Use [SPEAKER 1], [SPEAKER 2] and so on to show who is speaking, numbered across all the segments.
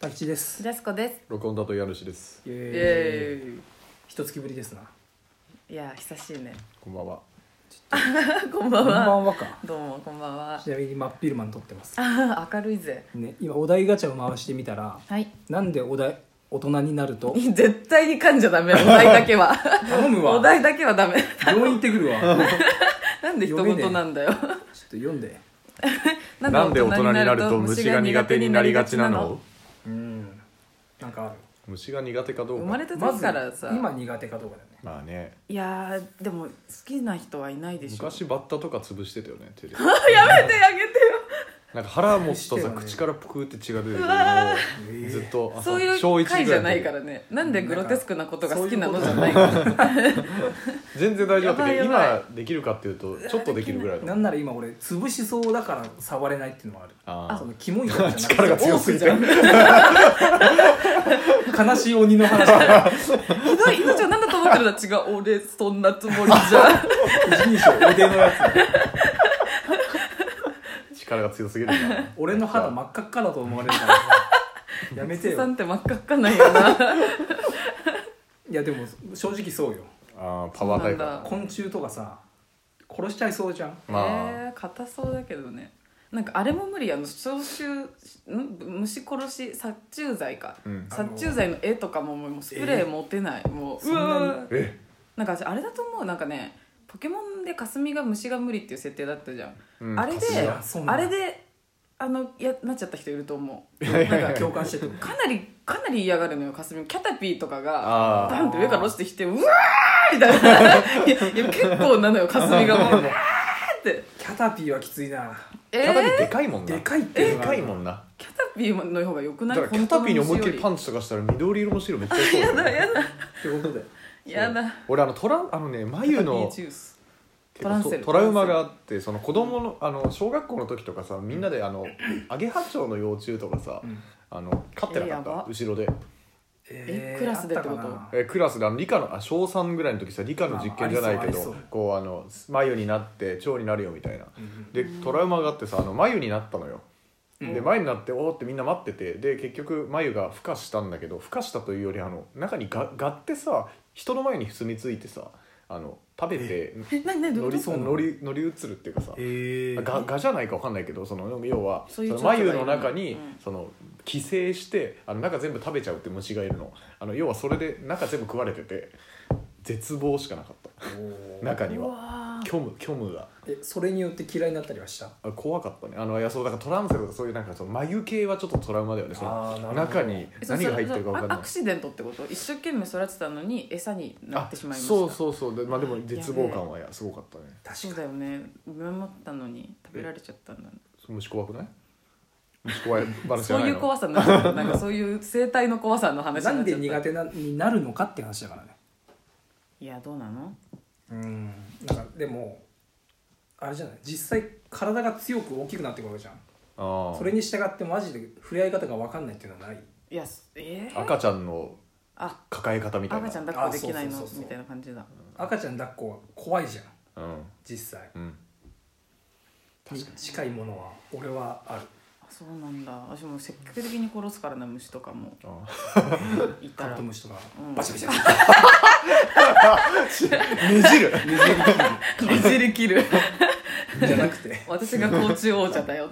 [SPEAKER 1] タキチです
[SPEAKER 2] ジャスコです。
[SPEAKER 3] 録音だと家主です
[SPEAKER 1] イエ
[SPEAKER 2] イ
[SPEAKER 1] ーイ
[SPEAKER 2] エー
[SPEAKER 1] 一月ぶりですな
[SPEAKER 2] イ。いやー久しいね。
[SPEAKER 3] こんばんは
[SPEAKER 2] こんばん
[SPEAKER 1] こんば
[SPEAKER 2] は。
[SPEAKER 1] んはか
[SPEAKER 2] どうもこんばんは
[SPEAKER 1] ち。なみに真っ昼間に撮ってます、
[SPEAKER 2] あー明るいぜ。
[SPEAKER 1] ね、今お題ガチャを回してみたら
[SPEAKER 2] はい。
[SPEAKER 1] なんでお題大人になると
[SPEAKER 2] 絶対に噛んじゃダメ。お題だけ は。
[SPEAKER 1] 頼む
[SPEAKER 2] お題だけはダメ。
[SPEAKER 1] 病院行ってくるわちょっ
[SPEAKER 2] なんで人事なんだよ。
[SPEAKER 1] と読んで
[SPEAKER 3] なんで大人になると虫が苦手になりがちなの
[SPEAKER 1] うんなんかあ
[SPEAKER 3] 虫が苦手かどう
[SPEAKER 2] 生
[SPEAKER 3] か
[SPEAKER 2] まれ
[SPEAKER 1] る
[SPEAKER 2] た
[SPEAKER 1] ま
[SPEAKER 2] 時
[SPEAKER 1] ず
[SPEAKER 2] からさ。
[SPEAKER 1] 今苦手かどうかだよね
[SPEAKER 3] まあね
[SPEAKER 2] いやーでも好きな人はいないでしょ。
[SPEAKER 3] 昔バッタとか潰してたよね手で
[SPEAKER 2] やめてあげてよ。
[SPEAKER 3] なんか腹持つと
[SPEAKER 1] して
[SPEAKER 3] さ、
[SPEAKER 1] たね
[SPEAKER 3] 口からプクって血が出てくる
[SPEAKER 2] うわ
[SPEAKER 3] のをずっと朝
[SPEAKER 2] そう
[SPEAKER 3] 小
[SPEAKER 2] いう
[SPEAKER 3] 一
[SPEAKER 2] 回
[SPEAKER 3] ぐ
[SPEAKER 2] じ
[SPEAKER 3] ら
[SPEAKER 2] ゃ
[SPEAKER 3] い
[SPEAKER 2] ないか
[SPEAKER 3] で
[SPEAKER 2] らね。なんでグロテスクなことが好きなの
[SPEAKER 1] なん
[SPEAKER 2] じ
[SPEAKER 1] か
[SPEAKER 2] ゃないから。
[SPEAKER 3] 全然大丈夫だったけど
[SPEAKER 2] やばいやば
[SPEAKER 3] 今できるかっていうとちょっとできるぐらい
[SPEAKER 1] な
[SPEAKER 3] の
[SPEAKER 1] んなら今俺潰しそうだから触れないっていうのもあるそ
[SPEAKER 3] あ
[SPEAKER 1] のキモいからじゃな
[SPEAKER 3] 力が
[SPEAKER 1] く
[SPEAKER 3] 強すぎて
[SPEAKER 2] 多くじゃん
[SPEAKER 1] 悲しい鬼の話
[SPEAKER 2] ひどい。命をなんだと思ってるんだ。違う。俺そんなつもりじゃ。
[SPEAKER 1] 一人称腕のやつ
[SPEAKER 3] 力が強すぎるな
[SPEAKER 1] 俺の肌真っ赤っかだと思われるからさ やめて
[SPEAKER 2] さん
[SPEAKER 1] よ
[SPEAKER 2] って真っ赤っかないよな。
[SPEAKER 1] いやでも正直そうよ
[SPEAKER 3] あーパワータイプだ
[SPEAKER 1] 昆虫とかさ殺しちゃいそうじゃん
[SPEAKER 3] まあ、
[SPEAKER 2] えー、硬そうだけどねなんかあれも無理あの消臭ん虫殺し殺虫剤か、
[SPEAKER 3] うん
[SPEAKER 2] 殺虫剤の絵とかももうスプレー持てない、もう
[SPEAKER 1] そ
[SPEAKER 2] うん
[SPEAKER 1] なに
[SPEAKER 2] わー
[SPEAKER 3] え
[SPEAKER 2] なんか私あれだと思うなんかねポケモンで霞が虫が無理っていう設定だったじゃん、
[SPEAKER 3] うん
[SPEAKER 2] あれで
[SPEAKER 1] 霞がそうな
[SPEAKER 2] あ
[SPEAKER 1] んだ
[SPEAKER 2] れであのやなっちゃった人いると思う
[SPEAKER 1] なんか共感してて
[SPEAKER 2] かなりかなり嫌がるのよ霞キャタピーとかが
[SPEAKER 3] あ
[SPEAKER 2] バンって上から落ちてきてうわーみたいないやいや結構なのよ霞 がもううわーって
[SPEAKER 1] キャタピーはきついな
[SPEAKER 3] ー
[SPEAKER 2] え
[SPEAKER 3] キャタピー
[SPEAKER 2] ー、
[SPEAKER 3] でかいもんな
[SPEAKER 1] でかいっていう
[SPEAKER 3] で
[SPEAKER 1] のがあ
[SPEAKER 3] か
[SPEAKER 1] る
[SPEAKER 3] いもんな
[SPEAKER 2] キャタピーの方が良くな
[SPEAKER 3] だ
[SPEAKER 2] い
[SPEAKER 3] からキャタピーに思いっきりパ
[SPEAKER 2] ン
[SPEAKER 3] ンチとかしたら緑色の白めっちゃいそう だよね
[SPEAKER 1] ってことで
[SPEAKER 2] やだ
[SPEAKER 3] 俺あのトランあのね
[SPEAKER 2] キャ
[SPEAKER 3] 眉の
[SPEAKER 2] タピージュース
[SPEAKER 3] 結構
[SPEAKER 2] トランセル
[SPEAKER 3] そうトラウマがあってその子供のあの小学校の時とかさみんなであのアゲハチョウの幼虫とかさ、
[SPEAKER 1] うん
[SPEAKER 3] あの飼ってなかっ
[SPEAKER 2] えや
[SPEAKER 3] た
[SPEAKER 2] ば
[SPEAKER 3] 後ろで、
[SPEAKER 2] えクラスでってこと
[SPEAKER 1] あたかな
[SPEAKER 3] えークラスであの理科のあ小3ぐらいの時さ理科の実験じゃないけ
[SPEAKER 1] まあありそう
[SPEAKER 3] ど
[SPEAKER 1] ありそう
[SPEAKER 3] こうあの眉になって蝶になるよみたいな
[SPEAKER 1] うん
[SPEAKER 3] でトラウマがあってさあの眉になったのよ
[SPEAKER 1] うん
[SPEAKER 3] で眉になっておーってみんな待っててで結局眉が孵化したんだけど孵化したというよりあの中にががってさ人の前に住み着いてさあの食べて
[SPEAKER 2] え何何ど
[SPEAKER 3] 乗
[SPEAKER 2] うい
[SPEAKER 3] り
[SPEAKER 2] うこ
[SPEAKER 3] そう乗り乗り移るっていうかさ
[SPEAKER 1] えー
[SPEAKER 3] ががじゃないかわかんないけどその要は
[SPEAKER 2] そういう
[SPEAKER 3] その
[SPEAKER 2] 蝶々
[SPEAKER 3] 眉
[SPEAKER 2] がいる
[SPEAKER 3] の中に、
[SPEAKER 2] うん
[SPEAKER 3] その寄生してあの中全部食べちゃうって虫がいるのあの要はそれで中全部食われてて絶望しかなかった
[SPEAKER 1] おー
[SPEAKER 3] 中に
[SPEAKER 2] とう
[SPEAKER 3] は
[SPEAKER 2] わー
[SPEAKER 3] 虚無虚無が
[SPEAKER 1] えそれによって嫌いになったりはした
[SPEAKER 3] あ怖かったねあのいやそうだからトランセルとかそういうなんかその眉系はちょっとトラウマだよねそ
[SPEAKER 1] あーなる
[SPEAKER 3] の
[SPEAKER 1] ほど
[SPEAKER 3] 中に
[SPEAKER 2] えそ
[SPEAKER 3] 何が入ってるかわかん
[SPEAKER 2] そ
[SPEAKER 3] な
[SPEAKER 2] あ
[SPEAKER 3] い
[SPEAKER 2] アクシデントってこと一生懸命育てたのに餌になってしまいました
[SPEAKER 3] そう
[SPEAKER 2] う
[SPEAKER 3] そうそうで,、まあ、でも絶望感はいやすごかったね
[SPEAKER 1] 確
[SPEAKER 2] そうだよね見守ったのに食べられちゃったんだ
[SPEAKER 3] 虫怖くない虫怖い話じ
[SPEAKER 2] そ
[SPEAKER 3] ゃ
[SPEAKER 2] う
[SPEAKER 3] ない
[SPEAKER 2] いう
[SPEAKER 3] の
[SPEAKER 2] 怖さになっちゃったなんかそういう生態の怖さの話にな
[SPEAKER 1] な
[SPEAKER 2] っちゃ
[SPEAKER 1] ん
[SPEAKER 2] った
[SPEAKER 1] で苦手なになるのかって話だからね
[SPEAKER 2] いやどうなの
[SPEAKER 1] うんなんかでもあれじゃない実際体が強く大きくなってくるわけじゃん
[SPEAKER 3] あー
[SPEAKER 1] それに従ってマジで触れ合い方が分かんないっていうのはない
[SPEAKER 2] いやすえー、
[SPEAKER 3] 赤ちゃんの
[SPEAKER 2] あ
[SPEAKER 3] 抱え方みたいな
[SPEAKER 2] 赤ちゃん抱っこできない
[SPEAKER 1] あそ
[SPEAKER 2] の
[SPEAKER 1] うそうそうそう
[SPEAKER 2] みたいな感じだ
[SPEAKER 1] 赤ちゃん抱っこは怖いじゃん
[SPEAKER 3] うん
[SPEAKER 1] 実際
[SPEAKER 3] うん
[SPEAKER 1] に近いものは俺はある
[SPEAKER 2] あそうなんだ私も積極的に殺すからな虫とかも
[SPEAKER 3] あ
[SPEAKER 2] いた
[SPEAKER 1] カブ
[SPEAKER 2] ら
[SPEAKER 1] トムシとか
[SPEAKER 2] うん
[SPEAKER 1] バシャバシャ
[SPEAKER 3] ーねじる
[SPEAKER 1] 水入れ
[SPEAKER 2] ねじり 切る
[SPEAKER 1] 切るじゃなくて
[SPEAKER 2] 私が甲虫王者だよっ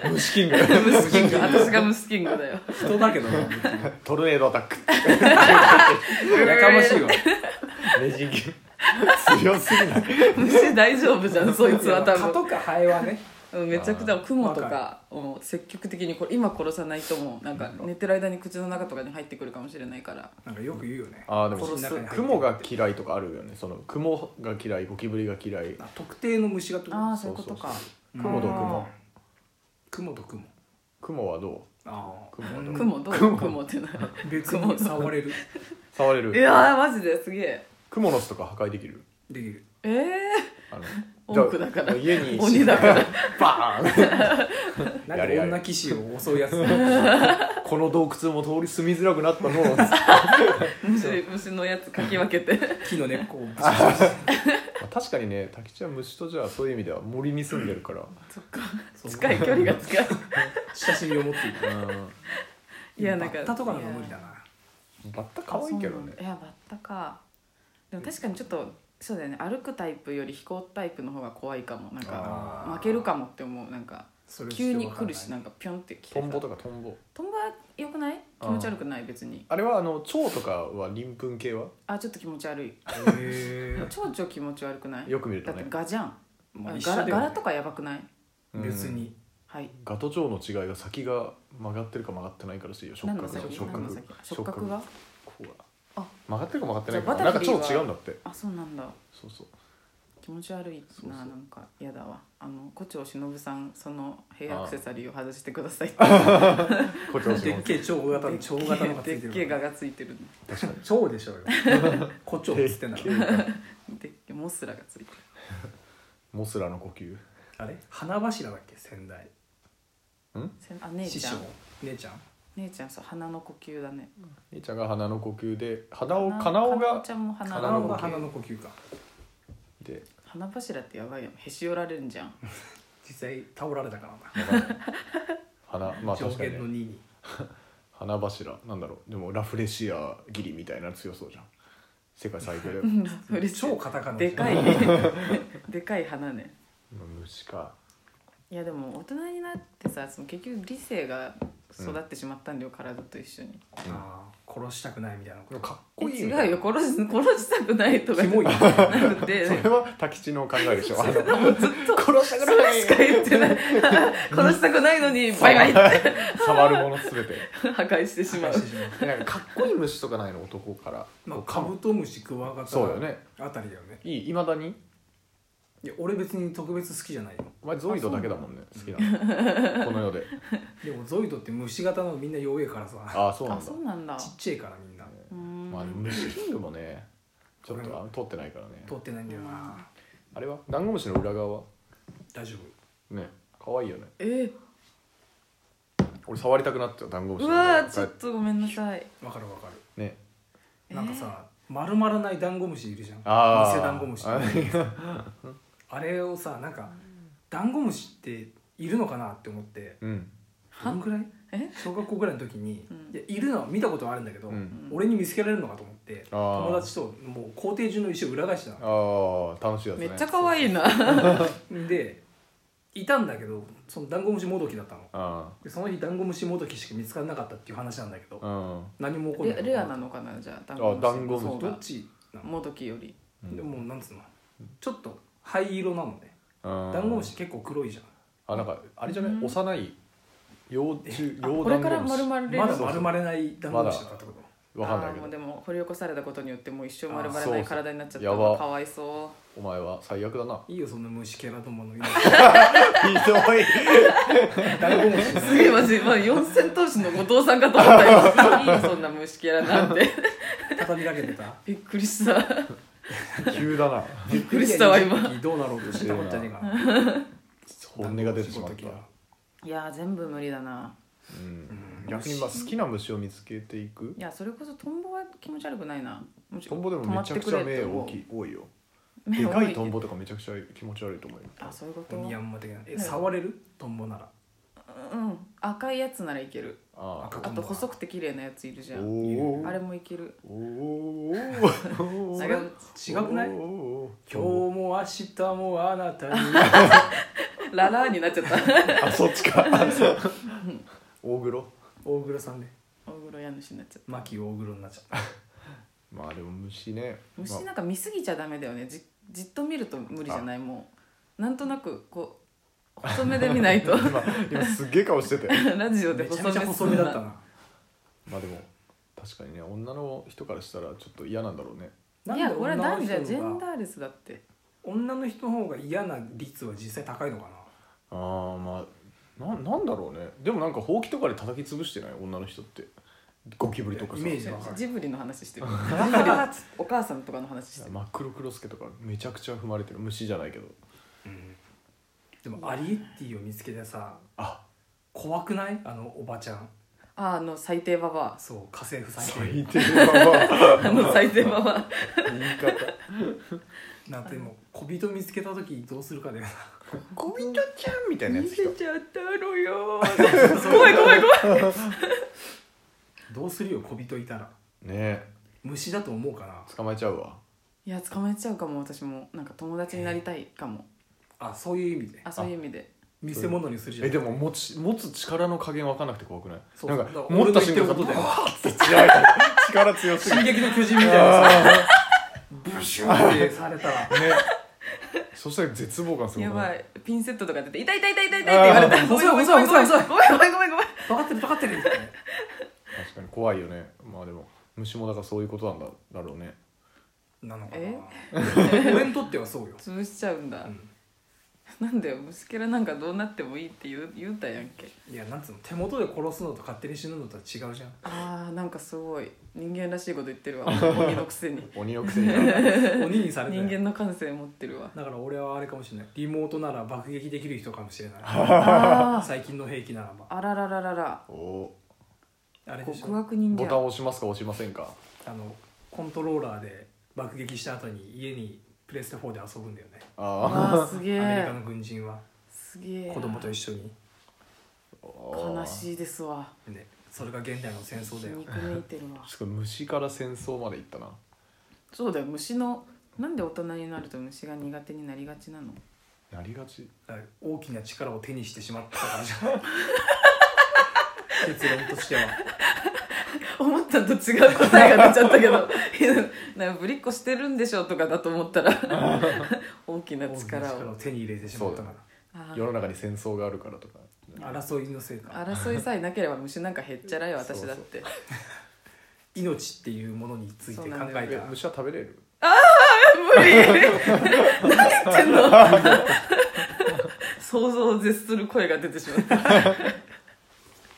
[SPEAKER 2] て
[SPEAKER 3] 虫キング
[SPEAKER 2] ムスキング私がムスキングだよ
[SPEAKER 1] 人だけどなや
[SPEAKER 3] トルネードアタック
[SPEAKER 1] かましいわ
[SPEAKER 3] ねじ切る強すぎない
[SPEAKER 2] 虫大丈夫じゃんそいつは多
[SPEAKER 1] 蚊
[SPEAKER 2] 分
[SPEAKER 1] とかハエはね
[SPEAKER 2] うんめちゃくちゃクモと
[SPEAKER 1] わ
[SPEAKER 2] かもう積極的にこれ今殺さないともうなんか寝てる間に口の中とかに入ってくるかもしれないから
[SPEAKER 1] なんかよく言うよね
[SPEAKER 3] あーでも
[SPEAKER 1] 殺す
[SPEAKER 3] 雲が嫌いとかあるよねその雲が嫌いゴキブリが嫌い
[SPEAKER 1] あ特定の虫がってこと
[SPEAKER 2] ああそういうことか
[SPEAKER 3] そう
[SPEAKER 1] うん
[SPEAKER 3] 雲と雲
[SPEAKER 1] 雲と雲
[SPEAKER 3] 雲はど
[SPEAKER 1] あ
[SPEAKER 3] う雲はど
[SPEAKER 1] う
[SPEAKER 3] う
[SPEAKER 2] 雲どう
[SPEAKER 3] ん
[SPEAKER 2] 雲ってな
[SPEAKER 1] あ別に触れる
[SPEAKER 3] 触れ
[SPEAKER 2] い
[SPEAKER 3] る
[SPEAKER 2] やーマジですげえ
[SPEAKER 3] 雲の巣とか破壊できる
[SPEAKER 1] できる
[SPEAKER 2] ええ
[SPEAKER 3] あの
[SPEAKER 2] 多くだから
[SPEAKER 3] 家に
[SPEAKER 2] 鬼だから
[SPEAKER 3] バーン
[SPEAKER 1] なんか
[SPEAKER 3] やれやれ
[SPEAKER 1] 女騎士を襲う やつ
[SPEAKER 3] この洞窟も通り住みづらくなった のを
[SPEAKER 2] 虫虫のやつかき分 けて
[SPEAKER 1] 木の根っこをぶち
[SPEAKER 3] まあ確かにね滝ちゃん虫とじゃあそういう意味では森に住んでるから
[SPEAKER 2] 近い距離が近い
[SPEAKER 1] 親しみを持っていた
[SPEAKER 2] いやなんか
[SPEAKER 1] バッタとかの方が無理だな
[SPEAKER 3] バッタ可愛いけどね
[SPEAKER 2] いやバッタかでも確かにちょっとそうだよね歩くタイプより飛行タイプの方が怖いかもなん
[SPEAKER 1] あ
[SPEAKER 2] か
[SPEAKER 1] ー
[SPEAKER 2] 負けるかもって思うなんか
[SPEAKER 1] それ
[SPEAKER 2] 急に来るしなんんかピョンって来て
[SPEAKER 3] トンボとかトンボ
[SPEAKER 2] トンボは良くない気持ち悪くない別に
[SPEAKER 3] あれはあの蝶とかは鱗粉系は
[SPEAKER 2] あちょっと気持ち悪い
[SPEAKER 1] へえ
[SPEAKER 2] 蝶々気持ち悪くない
[SPEAKER 3] よく見ると
[SPEAKER 2] だって
[SPEAKER 3] ね
[SPEAKER 2] ガじゃん
[SPEAKER 1] まあ一緒
[SPEAKER 2] 柄
[SPEAKER 1] だよね
[SPEAKER 2] 柄とかやばくない
[SPEAKER 3] うん
[SPEAKER 1] 別に
[SPEAKER 2] はい
[SPEAKER 3] ガと蝶の違いが先が曲がってるか曲がってないからしいよ触
[SPEAKER 2] 何の
[SPEAKER 3] 覚が
[SPEAKER 2] 先
[SPEAKER 3] 触
[SPEAKER 2] 何の
[SPEAKER 3] 覚
[SPEAKER 2] 先触覚が
[SPEAKER 3] こうだ
[SPEAKER 2] あ
[SPEAKER 3] 曲がってるか曲がってないか
[SPEAKER 2] じゃあ
[SPEAKER 3] なんか
[SPEAKER 2] バタ
[SPEAKER 3] 蝶
[SPEAKER 2] フライは
[SPEAKER 3] 違うんだって
[SPEAKER 2] あそうなんだ
[SPEAKER 3] そうそう
[SPEAKER 2] 気持ち悪い
[SPEAKER 3] そうそう
[SPEAKER 2] ななんか嫌だわあの胡蝶忍さんそのヘアアクセサリーを外してくださいって
[SPEAKER 3] こっちの
[SPEAKER 1] でっけえ超大型の超型のがつ
[SPEAKER 2] で
[SPEAKER 1] いて
[SPEAKER 2] っけえ
[SPEAKER 1] る
[SPEAKER 2] でっけえががついてる
[SPEAKER 3] 確かに
[SPEAKER 1] 超でしょうよ胡蝶っつってんだ
[SPEAKER 3] で
[SPEAKER 1] か
[SPEAKER 3] けえ
[SPEAKER 1] ら
[SPEAKER 3] が
[SPEAKER 2] でっけえモスラがついてる
[SPEAKER 3] モスラの呼吸
[SPEAKER 1] あれ花柱だっけ仙台
[SPEAKER 2] せあ姉
[SPEAKER 1] 師
[SPEAKER 2] ち
[SPEAKER 1] 匠
[SPEAKER 2] ゃん
[SPEAKER 1] 姉ちゃん
[SPEAKER 2] 姉ちゃんそう鼻の呼吸だね
[SPEAKER 3] 姉ちゃんが鼻の呼吸で鼻を鼻緒
[SPEAKER 2] かなお
[SPEAKER 3] が
[SPEAKER 2] ちゃんも鼻
[SPEAKER 3] 鼻
[SPEAKER 1] 花
[SPEAKER 3] 緒
[SPEAKER 2] の
[SPEAKER 1] が
[SPEAKER 3] が
[SPEAKER 1] 花の呼吸か
[SPEAKER 3] で
[SPEAKER 2] 鼻柱ってやばいよへし折られるんじゃん
[SPEAKER 1] 実際倒られたからな
[SPEAKER 3] 鼻まあ
[SPEAKER 1] 条
[SPEAKER 3] 確かに
[SPEAKER 1] 件の2
[SPEAKER 3] ね
[SPEAKER 1] に
[SPEAKER 3] 鼻柱なんだろうでもラフレシアギリみたいな強そうじゃん世界最 強で
[SPEAKER 2] うん嬉しい
[SPEAKER 1] 超カタカナじゃ
[SPEAKER 2] で
[SPEAKER 1] ん
[SPEAKER 2] かい でかい鼻ね
[SPEAKER 3] 虫か
[SPEAKER 2] いやでも大人になってさその結局理性が育ってしまったんだよ、体と一緒に
[SPEAKER 1] あー殺したくないみたいなこ
[SPEAKER 3] で
[SPEAKER 1] と
[SPEAKER 3] もかっ
[SPEAKER 2] え
[SPEAKER 3] こいい
[SPEAKER 2] 違
[SPEAKER 3] みた
[SPEAKER 2] う
[SPEAKER 3] いな
[SPEAKER 2] よ殺し殺したくないとか
[SPEAKER 1] キモいよ
[SPEAKER 2] なくて
[SPEAKER 3] それはタキチの考え でしょあの
[SPEAKER 2] ずっと
[SPEAKER 3] 殺したくな
[SPEAKER 2] しか
[SPEAKER 3] い
[SPEAKER 2] 言って ない殺したくないのにバイバイって
[SPEAKER 3] 触るものすべて
[SPEAKER 2] 破壊してしまう
[SPEAKER 1] 破壊してしまう
[SPEAKER 3] なんかかっこいい虫とかないの男から、
[SPEAKER 1] まあ
[SPEAKER 3] こう
[SPEAKER 1] カブトムシクワガタ
[SPEAKER 3] そうよね
[SPEAKER 1] あたりだよね
[SPEAKER 3] いいいまだに
[SPEAKER 1] いや俺別に特別好きじゃないよ
[SPEAKER 3] お前ゾイドだけだもんね好きなのこの世 で
[SPEAKER 1] でもゾイドって虫型のみんな弱えからさ
[SPEAKER 3] ああそうなん
[SPEAKER 2] あ
[SPEAKER 3] だ
[SPEAKER 2] そうなんだ
[SPEAKER 1] ちっちゃいからみんな
[SPEAKER 2] うーん
[SPEAKER 3] まあ、でも虫キングもねちょっとあの通ってないからね
[SPEAKER 1] 通ってないんだよな
[SPEAKER 3] あれはダンゴムシの裏側は
[SPEAKER 1] 大丈
[SPEAKER 3] ね可愛いよね
[SPEAKER 2] え
[SPEAKER 3] 俺触りたくなっちゃうダンゴムシ
[SPEAKER 2] う
[SPEAKER 3] の裏
[SPEAKER 2] わ
[SPEAKER 3] 側
[SPEAKER 2] ーちょっとごめんなさい
[SPEAKER 1] 夫わかるわかる
[SPEAKER 3] ね
[SPEAKER 1] なんかさ丸まらないダンゴムシいるじゃん
[SPEAKER 3] ああ
[SPEAKER 1] 偽ダンゴム シ
[SPEAKER 3] あ
[SPEAKER 1] あれをさなんかダンゴムシっているのかなって思って
[SPEAKER 3] うん
[SPEAKER 1] どのくらい
[SPEAKER 2] え
[SPEAKER 1] 小学校ぐらいの時に、
[SPEAKER 2] うん
[SPEAKER 1] いやいるのは見たことはあるんだけど、
[SPEAKER 3] うん
[SPEAKER 1] 俺に見つけられるのかと思って
[SPEAKER 3] あー
[SPEAKER 1] 友達ともう校庭中の石を裏返してた
[SPEAKER 3] ああ楽しいやつ
[SPEAKER 2] め
[SPEAKER 3] ね
[SPEAKER 2] っちゃ可愛いな
[SPEAKER 1] のでいたんだけどそのダンゴムシもどきだったの
[SPEAKER 3] あ
[SPEAKER 1] でその日ダンゴムシもどきしか見つからなかったっていう話なんだけど、
[SPEAKER 3] あうん
[SPEAKER 1] 何も起こん
[SPEAKER 2] レ
[SPEAKER 1] なかった
[SPEAKER 2] レアなのかなじゃあダ
[SPEAKER 3] あダンゴムシ
[SPEAKER 2] の方
[SPEAKER 1] ど
[SPEAKER 2] が
[SPEAKER 1] っちなの
[SPEAKER 2] もどきより
[SPEAKER 3] うん
[SPEAKER 1] でもなんつうのちょっと灰色なのね
[SPEAKER 3] ダ
[SPEAKER 1] ダンゴムシ結構黒いじゃん
[SPEAKER 3] あなんかあれじゃない、
[SPEAKER 2] うん
[SPEAKER 3] 幼い幼虫
[SPEAKER 2] あ
[SPEAKER 3] 幼
[SPEAKER 2] こ
[SPEAKER 3] ダ
[SPEAKER 2] れ
[SPEAKER 3] ンゴ
[SPEAKER 2] から
[SPEAKER 3] ム
[SPEAKER 2] 丸々れ
[SPEAKER 3] シ
[SPEAKER 2] る
[SPEAKER 1] まだ丸まれないダンゴムシだったってこと、
[SPEAKER 3] わかんない
[SPEAKER 2] あー
[SPEAKER 3] け
[SPEAKER 2] もう
[SPEAKER 3] ど
[SPEAKER 2] でも掘り起こされたことによってもう一生丸ま
[SPEAKER 3] あー
[SPEAKER 2] れ
[SPEAKER 3] そう
[SPEAKER 2] な
[SPEAKER 3] そ
[SPEAKER 2] いう体になっちゃった
[SPEAKER 3] やば
[SPEAKER 2] かわいそ
[SPEAKER 3] お前は最悪だ な
[SPEAKER 1] いいよそんな虫キャラどもの命
[SPEAKER 3] ひどい
[SPEAKER 1] ダンゴムシ
[SPEAKER 2] うすげえマジ、まあ、四千頭身の後藤さんかと思 ったよいいよそんな虫キャラなんて
[SPEAKER 1] 畳みかけてた
[SPEAKER 2] びっくりした
[SPEAKER 3] 急だな
[SPEAKER 1] びっ
[SPEAKER 2] くりしたわ今
[SPEAKER 1] どうなろうとしてたことじゃねえかな
[SPEAKER 3] 本音が出てしま
[SPEAKER 1] ダンゴムシご
[SPEAKER 3] った
[SPEAKER 1] きだ
[SPEAKER 2] いやー全部無理だな
[SPEAKER 3] うん
[SPEAKER 1] うん
[SPEAKER 3] 逆にまあ好きな虫を見つけていく
[SPEAKER 2] いやそれこそトンボは気持ち悪くないなもち
[SPEAKER 3] トンボでもめちゃくちゃ目大きい多いよ
[SPEAKER 2] 目
[SPEAKER 3] で
[SPEAKER 2] 大
[SPEAKER 3] か
[SPEAKER 2] きい
[SPEAKER 3] いトンボとかめちゃくちゃ気持ち悪いと思うよ
[SPEAKER 2] あそういうこと
[SPEAKER 1] オニヤンマ的なえ
[SPEAKER 2] はい
[SPEAKER 1] 触れるトンボなら
[SPEAKER 2] うん赤いやつならいける
[SPEAKER 3] あ
[SPEAKER 1] 赤
[SPEAKER 3] あ
[SPEAKER 2] あと細くて綺麗なやついるじゃん
[SPEAKER 3] おお
[SPEAKER 2] あれもいける
[SPEAKER 3] おおお
[SPEAKER 2] それ
[SPEAKER 1] 違くない今日も明日もあな たに
[SPEAKER 2] ララーになっちゃった
[SPEAKER 3] あそっちか大黒
[SPEAKER 1] 大黒さんね
[SPEAKER 2] 大黒家主になっちゃった
[SPEAKER 1] 牧大黒になっちゃっ
[SPEAKER 3] まあでも虫ねま
[SPEAKER 2] 虫
[SPEAKER 3] あ
[SPEAKER 2] なんか見すぎちゃダメだよねじじっと見ると無理じゃないもうなんとなくこう細めで見ないと
[SPEAKER 3] 今今すっげえ顔してて
[SPEAKER 2] ラジオ
[SPEAKER 1] た
[SPEAKER 2] で
[SPEAKER 1] めちゃ
[SPEAKER 2] 細め
[SPEAKER 1] めちゃ細身だった
[SPEAKER 3] まあでも確かにね女の人からしたらちょっと嫌なんだろうね
[SPEAKER 1] ない
[SPEAKER 2] やこれは男女ジェン
[SPEAKER 1] の
[SPEAKER 2] ダ
[SPEAKER 1] が
[SPEAKER 2] ーレスだって
[SPEAKER 1] 女の人の方が嫌な率は実際高いのか
[SPEAKER 3] ああまあななんだろうねでもなんかほうきとかで叩き潰してない女の人ってゴキブリとかさ
[SPEAKER 1] イメージはわかる
[SPEAKER 2] ジブリの話してるジブリ
[SPEAKER 1] な
[SPEAKER 2] お母さんとかの話して る
[SPEAKER 3] 真っ黒クロスケとかめちゃくちゃ踏まれてる虫じゃないけど
[SPEAKER 1] うんでもアリエッティを見つけてさ
[SPEAKER 3] あ
[SPEAKER 1] 怖くないあのおばちゃん
[SPEAKER 2] ああの最低ババ
[SPEAKER 1] そう家政婦最低
[SPEAKER 3] 最低は
[SPEAKER 2] アあの最低ババア
[SPEAKER 3] 言い方
[SPEAKER 1] なんてもう小人見つけた時どうするかで
[SPEAKER 3] 小人ちゃんみたいなや
[SPEAKER 2] 見
[SPEAKER 3] つ来
[SPEAKER 2] せ
[SPEAKER 3] た
[SPEAKER 2] ちゃったのよ怖い怖い怖い
[SPEAKER 1] どうするよ小人いたら
[SPEAKER 3] ね
[SPEAKER 1] 虫だと思うかな
[SPEAKER 3] 捕まえちゃうわ
[SPEAKER 2] いや捕まえちゃうかも私もなんか友達になりたいかも
[SPEAKER 1] あそういう意味で
[SPEAKER 2] あそういう意味で
[SPEAKER 1] 見せ物にするじゃん
[SPEAKER 3] えでも持ち持つ力の加減分かんなくて怖くない
[SPEAKER 1] そう
[SPEAKER 3] なんか
[SPEAKER 1] だから
[SPEAKER 3] 持った瞬間
[SPEAKER 1] 俺の言ってることだよ
[SPEAKER 3] バーッて強い力強すぎ
[SPEAKER 1] 進
[SPEAKER 3] て
[SPEAKER 1] 撃の巨人みたいなさ
[SPEAKER 3] あ
[SPEAKER 1] ブシューってされたら
[SPEAKER 3] ーねそしたら絶望感すごく
[SPEAKER 2] や
[SPEAKER 3] な
[SPEAKER 2] ば
[SPEAKER 3] い
[SPEAKER 2] いピンセットとか出て痛い痛い痛い痛い痛いって言われたら
[SPEAKER 1] あー
[SPEAKER 2] ごめんごめん
[SPEAKER 1] 遅い遅い遅い遅い
[SPEAKER 2] ごめんごめんごめんごめん
[SPEAKER 1] 分かってる分かってるみたいな
[SPEAKER 3] 確かに怖いよねまあでも虫もだからそういうことなんだだろうね
[SPEAKER 1] なのかな俺にとってはそうよ、
[SPEAKER 2] 潰しちゃうんだ
[SPEAKER 1] う
[SPEAKER 2] なんだよ虫けらなんかどうなってもいいって言う言うたやんけ
[SPEAKER 1] ん、いやなんつうの手元で殺すのと勝手に死ぬのとは違うじゃん
[SPEAKER 2] あーなんかすごい人間らしいこと言ってるわ鬼のくせに
[SPEAKER 3] 鬼の くせにな
[SPEAKER 1] 鬼にされて
[SPEAKER 2] 人間の感性持って るわ
[SPEAKER 1] だから俺はあれかもしれないリモートなら爆撃できる人かもしれない
[SPEAKER 2] あー
[SPEAKER 1] 最近の兵器ならば
[SPEAKER 2] あららららら
[SPEAKER 3] お
[SPEAKER 1] あれでし
[SPEAKER 2] 極
[SPEAKER 1] ょ
[SPEAKER 2] 悪人
[SPEAKER 3] ボタ
[SPEAKER 2] 間
[SPEAKER 3] ン押しますか押しませんか
[SPEAKER 1] あのコントローラーで爆撃した後に家にプレステ4で遊ぶんだよね
[SPEAKER 3] あ
[SPEAKER 2] あーすげ
[SPEAKER 1] アメリカ
[SPEAKER 2] え
[SPEAKER 1] の軍人は
[SPEAKER 2] すげえ
[SPEAKER 1] 子供と一緒に
[SPEAKER 3] あ
[SPEAKER 2] 悲
[SPEAKER 3] い
[SPEAKER 2] しいですわ
[SPEAKER 1] ねそれが現代の戦争
[SPEAKER 2] 皮
[SPEAKER 1] だよ
[SPEAKER 2] 肉めいてるわ
[SPEAKER 3] ちょっと虫から戦争まで行ったな
[SPEAKER 2] そうだよ虫のなんで大人になると虫が苦手になりがちなの
[SPEAKER 3] なりがち
[SPEAKER 1] だから大きな力を手にしてしまったからじ ゃん結論としては
[SPEAKER 2] 思ったんと違う答えが出ちゃったけど なんかぶりっこしてるんでしょとかだと思ったら 大きな
[SPEAKER 1] 大きな
[SPEAKER 2] 力
[SPEAKER 1] 力
[SPEAKER 2] を
[SPEAKER 1] を手に入れてしまったか
[SPEAKER 2] あ
[SPEAKER 3] 世
[SPEAKER 2] ー
[SPEAKER 3] の中に戦争があるからとか、
[SPEAKER 1] ら争いのせいか
[SPEAKER 2] 争いさえなければ虫なんかへっちゃらよ私だって
[SPEAKER 1] 命っていうものについて考えた
[SPEAKER 2] そう
[SPEAKER 1] ら
[SPEAKER 3] え虫は食べれる
[SPEAKER 2] 無理何言ってんの想像を絶する声が出てしまった